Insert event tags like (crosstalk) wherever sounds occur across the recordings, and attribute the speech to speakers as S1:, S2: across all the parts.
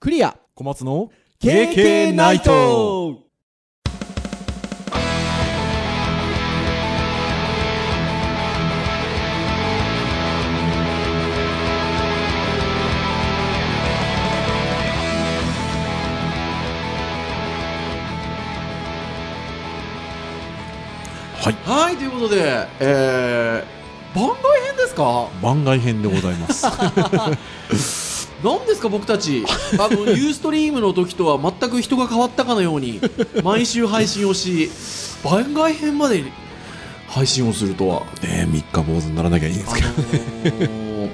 S1: クリア
S2: 小松の
S1: KK ナイト
S2: はい
S1: はいということで、えー、番外編ですか
S2: 番外編でございます (laughs)
S1: 何ですか僕た (laughs) ちあのユーストリームの時とは全く人が変わったかのように毎週配信をし番外編まで配信をするとは、
S2: ね三日坊主にならなきゃいいんで
S1: あ
S2: す
S1: の (laughs)
S2: けど、
S1: ー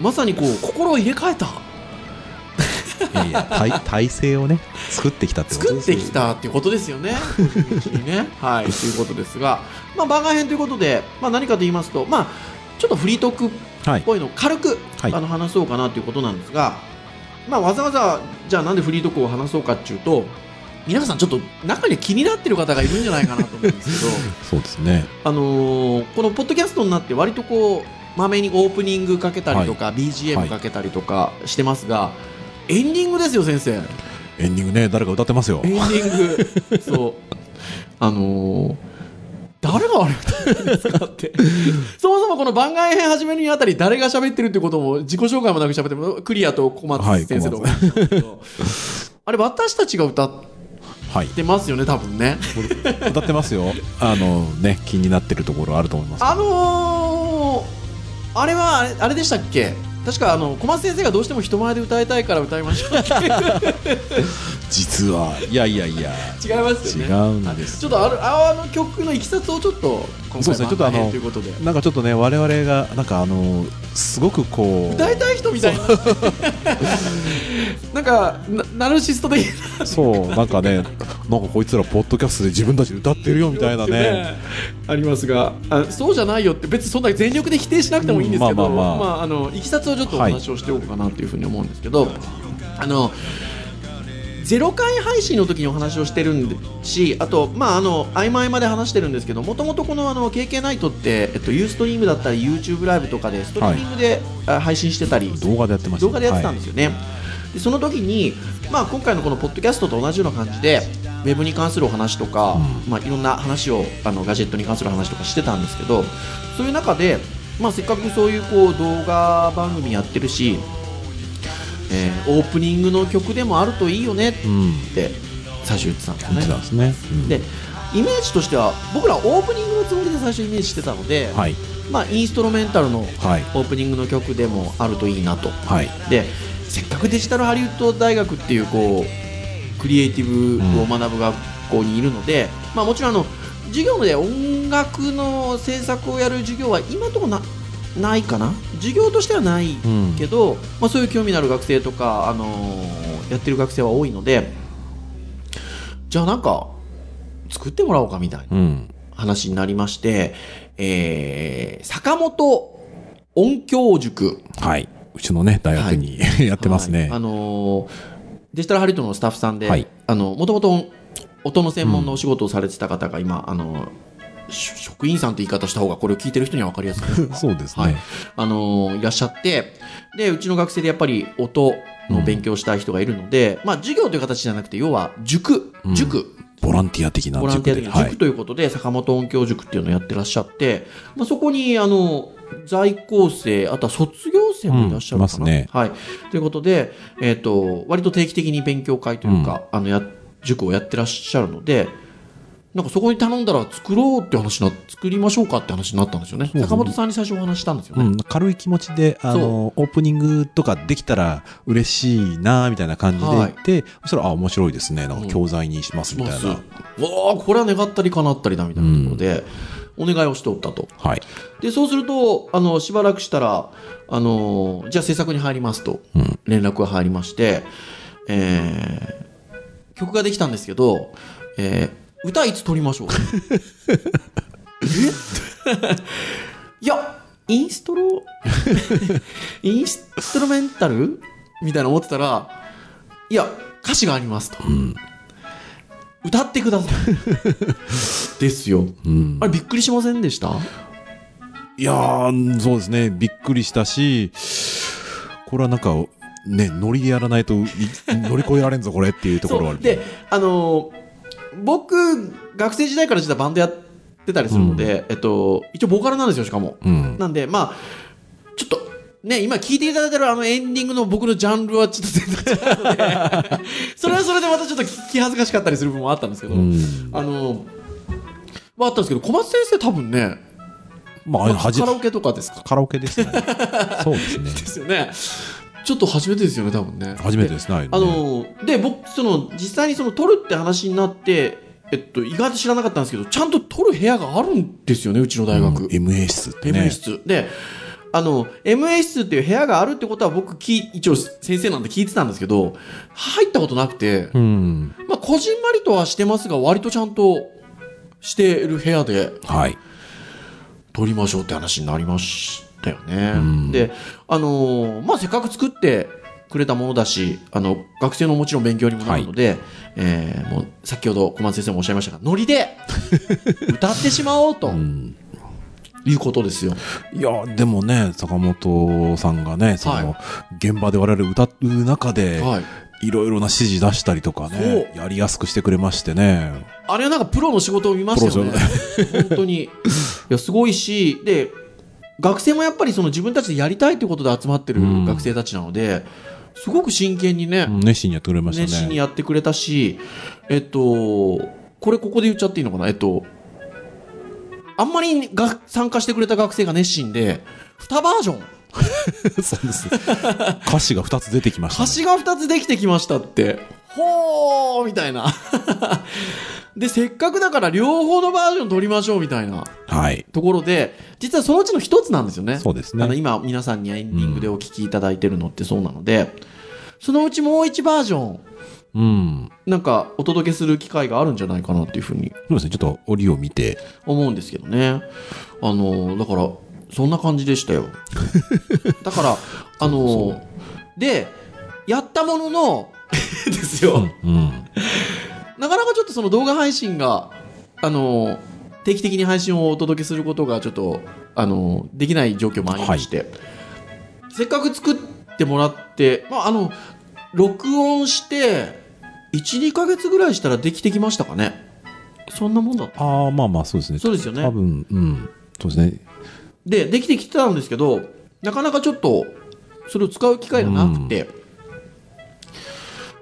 S1: まさにこう心を入れ替えた
S2: いやいや体体制をね作ってきたってこと
S1: 作
S2: で
S1: っ
S2: すよ
S1: てきたっていうことですよ (laughs) ね。こういう時にねはい、ということですが、まあ、番外編ということで、まあ、何かと言いますと、まあ、ちょっとフリートークっ
S2: はい
S1: ぽいのを軽く、
S2: はい
S1: あの話そうかなということなんですが、まあ、わざわざじゃあなんでフリートークを話そうかっていうと皆さんちょっと中には気になってる方がいるんじゃないかなと思うんですけど。
S2: そうですね (laughs)
S1: あのーこのポッドキャストになって割とこうまめにオープニングかけたりとか、
S2: は
S1: BGM
S2: い
S1: かけたりとかしてますが、エンディングですよ先生エン
S2: エンディングね誰か歌ってますよ
S1: ディング (laughs) そうあのー誰があれ歌ってるんですかってそもそもこの番外編始めるにあたり誰が喋ってるってことも自己紹介もなく喋ってもクリアと小松先生の、
S2: はい
S1: あれ私たちが歌っ
S2: はい
S1: てますよね多分ね
S2: 歌ってますよあのね気になってるところあると思います
S1: あのー、あれはあれあれでしたっけ確かあの小松先生がどうしても人前で歌いたいから歌いました
S2: 実はいやいやいや
S1: 違います
S2: (laughs) 違
S1: よね
S2: うんです
S1: ちょっとあるあの曲のいきさつをちょっと今
S2: そ
S1: 回
S2: うですねちょっとあの
S1: 番外編ということで
S2: なんかちょっとね我々がなんかあのすごくこう
S1: 歌いたい人みたいななんかなナルシストでいい
S2: そうなんかねなんかこいつらポッドキャストで自分たちで歌ってるよみたいなね
S1: ありますがあそうじゃないよって別にそんな全力で否定しなくてもいいんですけど、
S2: うんまあまあまあ
S1: あのいきさつをちょっとお話をしておこうかなというふうに思うんですけど、あの0回配信の時にお話をしてるんでしあと、まあ、あの合間合間で話してるんですけどもともとこのあの KK ナイトって、えっと、ユーストリームだったり YouTube ライブとかでストリーミングで、あ配信してたり
S2: 動画でやってました
S1: 動画でやってたんですよね、でその時に、まあ、今回のこのポッドキャストと同じような感じでウェブに関するお話とか、まあ、いろんな話をあのガジェットに関する話とかしてたんですけどそういう中で、まあ、せっかくそういうこう動画番組やってるし、えーオープニングの曲でもあるといいよねっ
S2: はいうん
S1: て最初言ってたんですよ
S2: 言ってたん
S1: ね。
S2: ですね、うん
S1: でイメージとしては僕らオープニングのつもりで最初イメージしてたので、
S2: はい
S1: まあ、インストルメンタルのオ
S2: はい
S1: ープニングの曲でもあるといいなと
S2: はい
S1: でせっかくデジタルハリウッド大学っていうこうクリエイティブを学ぶ学校にいるので、まあ、もちろんあの授業で音楽の制作をやる授業は今のところなないかな授業としてはない
S2: うん
S1: けど、まあ、そういう興味のある学生とか、あのーやってる学生は多いのでじゃあなんか作ってもらおうかみたいな
S2: うん
S1: 話になりまして、えー坂本音響塾
S2: はい、うちのね大学に、 (laughs) やってますね、
S1: はいあのーデジタルハリウッドのスタッフさんで、
S2: はい
S1: あのもともと音の専門のお仕事をされてた方が今、あのし職員さんって言い方した方がこれを聞いてる人には分かりやすい
S2: (laughs) そうですね、
S1: はいあのーいらっしゃってでうちの学生でやっぱり音の勉強したい人がいるので、まあ授業という形じゃなくて要は塾
S2: うん
S1: 塾、
S2: ボランティア的な
S1: ボランティア的な
S2: はい
S1: 塾ということで、坂本音響塾っていうのをやってらっしゃって、まあ、そこにあの在校生あとは卒業生もいらっしゃるのかな、
S2: うんいますね
S1: はい、ということで、えっと割と定期的に勉強会というか、あのや塾をやってらっしゃるのでなんかそこに頼んだら作ろうって話な作りましょうかって話になったんですよね
S2: そうそう
S1: 坂本さんに最初お話したんですよ
S2: う
S1: ね、
S2: ん、軽い気持ちであのオープニングとかできたら嬉しいなみたいな感じで言って、そしたらあ面白いですねなんか教材にしますみたいな、
S1: まあわあこれは願ったり叶ったりだみたいなところで、お願いをしておったと
S2: はい、
S1: でそうするとあのしばらくしたらあのじゃあ制作に入りますと
S2: うん
S1: 連絡が入りまして、えー曲ができたんですけど、えー歌いつ撮り
S2: (laughs)
S1: ましょうえ (laughs) いやインストロ (laughs) インストルメンタルみたいな思ってたらいや歌詞がありますと、
S2: ん
S1: 歌ってくださ
S2: (laughs)
S1: いですよ
S2: うん
S1: あれびっくりしませんでした
S2: いやーそうですねびっくりしたしこれはなんかね、ノリでやらないと (laughs) い乗り越えられんぞ、これっていうところはある。
S1: で、あのー僕、学生時代から実はバンドやってたりするので、えっと、一応ボーカルなんですよ、しかも。
S2: うん。
S1: なんで、まあ、ちょっと、ね、今聞いていただいてるあのエンディングの僕のジャンルはちょっと全然違うので、 (laughs) それはそれでまたちょっと聞き恥ずかしかったりする部分もあったんですけど、
S2: うん
S1: あの、はあったんですけど、小松先生多分ね、
S2: まあ、あれ初
S1: カ
S2: め
S1: ラオケとかですか
S2: カラオケです (laughs) ね。そうですね。
S1: ですよね。ちょっと初めてですよね、多分ね。
S2: 初めてですね。あれね
S1: あので僕その実際にその撮るって話になって、えっと、意外と知らなかったんですけどちゃんと撮る部屋があるんですよねうちの大学、
S2: うん MA 室ってね。
S1: MA 室であの MA 室っていう部屋があるってことは僕き一応先生なんで聞いてたんですけど入ったことなくて、
S2: うん。
S1: まあこじんまりとはしてますが割とちゃんとしてる部屋で
S2: はい。
S1: 撮りましょうって話になりましたよね。
S2: ん
S1: で、あのーまあ、せっかく作ってくれたものだし、あの、学生のもちろん勉強にもなるので、えーもう、先ほど小松先生もおっしゃいましたが、ノリ
S2: (laughs)
S1: で歌ってしまおうと
S2: うん。
S1: いうことですよ。
S2: いや、でもね、坂本さんがね、その、
S1: は
S2: 現場で我々歌う中で、
S1: はい。
S2: いろいろな指示出したりとかね、やりやすくしてくれましてね。
S1: あれはなんかプロの仕事を見ましたよね
S2: プ。
S1: 本当に。いや、すごいし、で、学生もやっぱりその自分たちでやりたいということで集まってる
S2: うん
S1: 学生たちなので、すごく真剣にね、
S2: うん熱心にやってくれま
S1: 熱
S2: した
S1: 心に
S2: ね。
S1: やってくれたし、えっと、これここで言っちゃっていいのかな、えっと、あんまりが参加してくれた学生が熱心で、2バージョン、
S2: そうです。 (laughs) 歌詞が2つ出てきました
S1: 歌
S2: ね。
S1: 詞が2つできてきましたって、ほーみたいな。 (laughs) で、せっかくだから両方のバージョン撮りましょうみたいな
S2: はい。
S1: ところで、実はそのうちの一つなんですよね。
S2: そうです
S1: あの
S2: ね。
S1: 今皆さんにエンディングでお聴きいただいてるのってそうなので、そのうちもう1バージョン、
S2: うん。
S1: なんかお届けする機会があるんじゃないかなっていうふうに
S2: そうですね。ちょっと折を見て、
S1: 思うんですけどねあのだからそんな感じで (laughs) したよだからあのでやったものの (laughs) ですよ、
S2: うん。
S1: なかなかちょっとその動画配信があの定期的に配信をお届けすることがちょっとあのできない状況もありまして、せっかく作ってもらって、まあ、あの録音して12ヶ月ぐらいしたらできてきましたかねそんなもんだった
S2: ああ、まあまあ、そうですね。
S1: そうですよね
S2: 多分、うん。そうですね。
S1: でできてきてたんですけどなかなかちょっとそれを使う機会がなくて、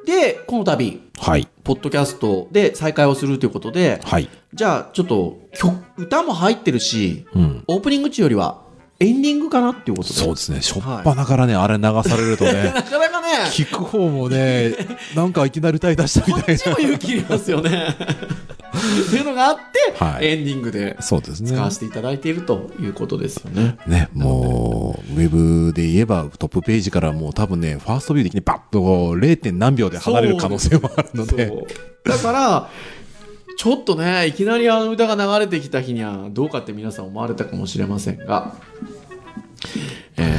S1: でこの度
S2: はい。
S1: ポッドキャストで再開をするということで
S2: はい。
S1: じゃあちょっと曲歌も入ってるし
S2: うん。
S1: オープニング中よりはエンディングかなっていうことで
S2: そうですね。しょっぱなからね、あれ流されると (laughs) ね、
S1: なかなかね
S2: 聞く方もね、なんかいきなり歌い出したみ
S1: こ
S2: たい
S1: っちも勇気いりますよね (laughs) っていうのがあって、
S2: はい
S1: エンディングで
S2: な。そうですね
S1: 使。わせていただいているということですよね
S2: ね、もう、ウェブで言えばトップページからもう多分ね、ファーストビューできにバッとこう 0. 点何秒で離れる可能性もあるので、
S1: そうだからちょっとねいきなりあの歌が流れてきた日にはどうかって皆さん思われたかもしれませんが、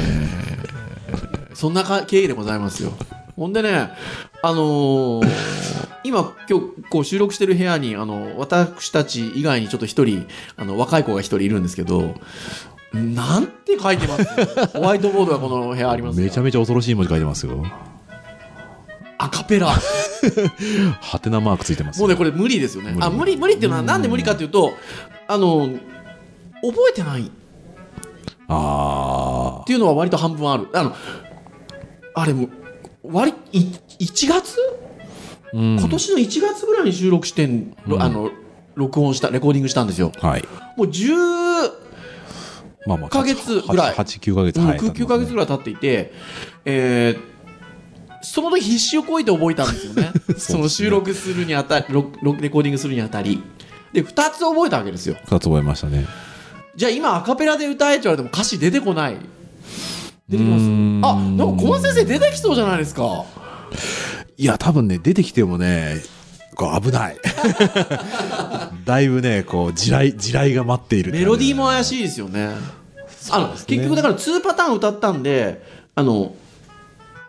S1: えーそんなか経緯でございますよほんでねあのー今今日こう収録してる部屋にあの私たち以外にちょっと一人あの若い子が一人いるんですけどなんて書いてますホワイトボードがこの部屋ありますが
S2: めちゃめちゃ恐ろしい文字書いてますよ。
S1: アカペラ
S2: ハテナマークついてます
S1: もうね、
S2: よ。
S1: これ無理ですよね。
S2: 無理
S1: あ、無理、無理っていうのは、なんで無理かというと、あの、覚えてないっ
S2: あ
S1: ていうのは割と半分ある。あの、あれも、割、い1月、
S2: ー。うん
S1: 今年の1月ぐらいに収録してん、ろ
S2: うん
S1: あの、録音した、レコーディングしたんですよ。
S2: はい。
S1: もう10、
S2: まあまあ、
S1: ヶ月ぐらい
S2: 8、9ヶ月。
S1: うん
S2: はい
S1: 9ヶ月ぐらい経っていて、えーその時必死をこいて覚えたんですよね。 (laughs) その収録するにあたり、録録レコーディングするにあたり。で、2つ覚えたわけですよ。
S2: 二つ覚えましたね。
S1: じゃあ今アカペラで歌えって言われても歌詞出てこない。出てき
S2: うーん
S1: ます。あ、なんか小松先生出てきそうじゃないですか。
S2: いや、多分ね、出てきてもね、こう危ない。 (laughs) だいぶね、こう、地雷、地雷が待っている。
S1: メロディーも怪しいですよね。あの、結局だから2パターン歌ったんで、あの、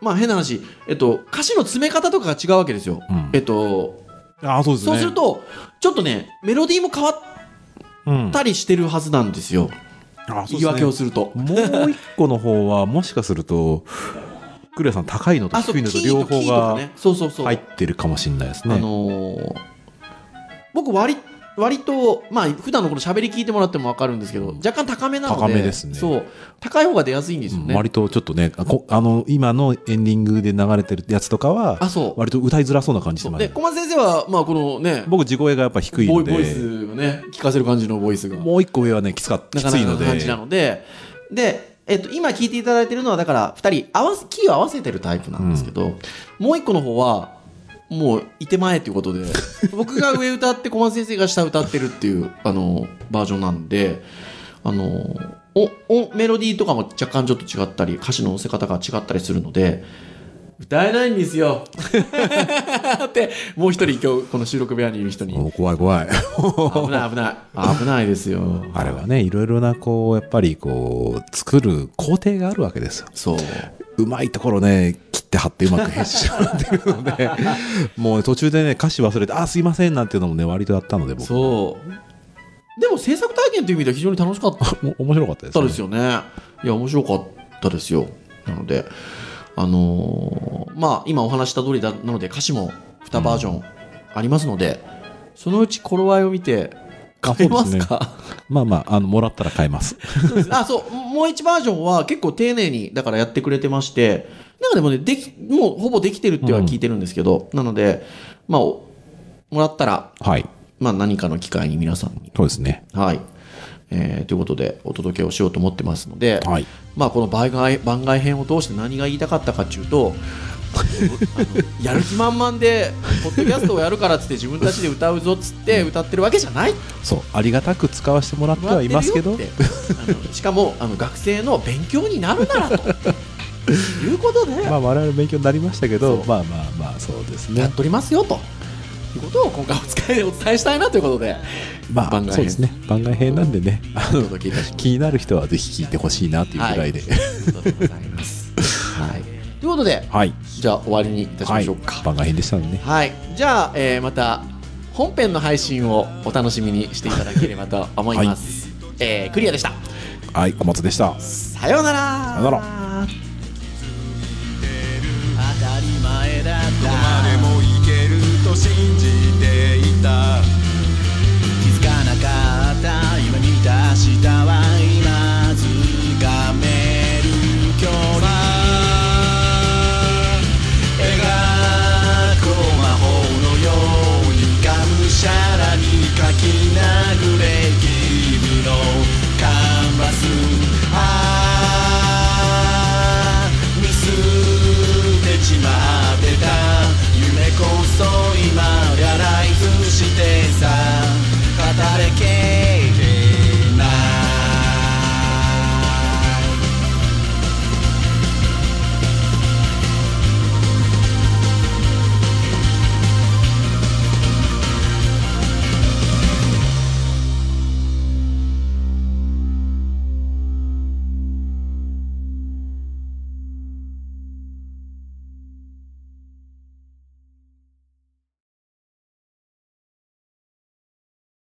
S1: まあ変な話、えっと、歌詞の詰め方とかが違うわけですよ。
S2: うん
S1: えっと、
S2: ああ、そうですね。
S1: そうすると、ちょっとね、メロディーも変わっ
S2: うん、
S1: たりしてるはずなんですよ。
S2: ああそうですね
S1: 言い訳をすると。
S2: もう一個の方は、もしかすると、クレアさん高いのと
S1: あそう
S2: 低いのと
S1: キー
S2: 両
S1: とキ
S2: 方
S1: ーとか
S2: が
S1: ねそうそうそう、
S2: 入ってるかもしれないです
S1: あ
S2: ね。
S1: のー僕割割とまあ普段のこの喋り聞いてもらっても分かるんですけど若干高めなので
S2: 高めですね
S1: そう高い方が出やすいんですよ
S2: うん
S1: ね、
S2: 割とちょっとね、あこあの、今のエンディングで流れてるやつとかは
S1: あ、そう
S2: 割と歌いづらそうな感じしてます
S1: で。小松先生はまあこのね
S2: 僕、地声がやっぱ低い
S1: ボ
S2: の
S1: イボイ
S2: で、
S1: スがね聞かせる感じのボイスが
S2: もう一個上はね、きつかき
S1: なか
S2: つい
S1: な
S2: の
S1: か感じな
S2: で、
S1: のでで、えっと、今聞いていただいてるのはだから2人合わせキーを合わせてるタイプなんですけど、もう一個の方はもういて前ということで (laughs) 僕が上歌って小松先生が下歌ってるっていうあのバージョンなんであのおおメロディーとかも若干ちょっと違ったり歌詞の乗せ方が違ったりするので歌えないんですよってもう一人今日この収録部屋にいる人に
S2: お怖い怖い。
S1: 危ない危ない危ないですよ
S2: あれはね、いろいろな、こう、やっぱり、こう、作る工程があるわけですよ。
S1: そう
S2: うまいところね、切って貼ってうまく編集してもらってるの
S1: (laughs)
S2: で、もう途中でね、歌詞忘れて、あ、すいませんなんていうのもね、割とあったので、僕、
S1: そうでも制作体験という意味では非常に楽しかっ
S2: お面白かったです、
S1: た
S2: ね。
S1: ですよねいや面白かったですよなのであのーまあ今お話した通りだなので歌詞も2バージョンありますので、そのうち頃合いを見て
S2: あ
S1: 買えます
S2: そうですね
S1: か
S2: まあまあ、あの、もらったら買います。
S1: そうです (laughs) あそうもう1バージョンは結構丁寧にだからやってくれてましてなんかでもねできもうほぼできてるっては聞いてるんですけど、なのでまあおもらったら、
S2: はい。
S1: まあ、何かの機会に皆さんに
S2: そうですね。
S1: はい。えーということで、お届けをしようと思ってますので、
S2: はい。
S1: まあ、この番外番外編を通して何が言いたかったかっていう
S2: (laughs)
S1: と、あのやる気満々で、ポッドキャストをやるからっつって、自分たちで歌うぞっつって、歌ってるわけじゃない
S2: そう、ありがたく使わせてもらってはいますけど、
S1: 笑ってるよってあのしかもあの、学生の勉強になるならということで、
S2: (laughs) まあ、我々勉強になりましたけど
S1: そ、う
S2: まあまあまあ、そうです
S1: や
S2: ね
S1: っ。とりますよということを今回お伝えお伝えしたいなということ
S2: (laughs)
S1: で、
S2: まあ、
S1: 番外編
S2: そうですね。番外編なんでね、あ
S1: お
S2: の、
S1: 届けいたしました
S2: 気になる人はぜひ聞いてほしいなというぐらいで。
S1: ありがとうございます。はい、ということで、
S2: はい。
S1: じゃあ終わりにいたしま
S2: はい
S1: しょうか。
S2: 番外編でしたのでね。
S1: はい、じゃあ、えーまた本編の配信をお楽しみにしていただければと思います。えークリアでした。
S2: はい、小松でした。
S1: さようなら。
S2: さようなら。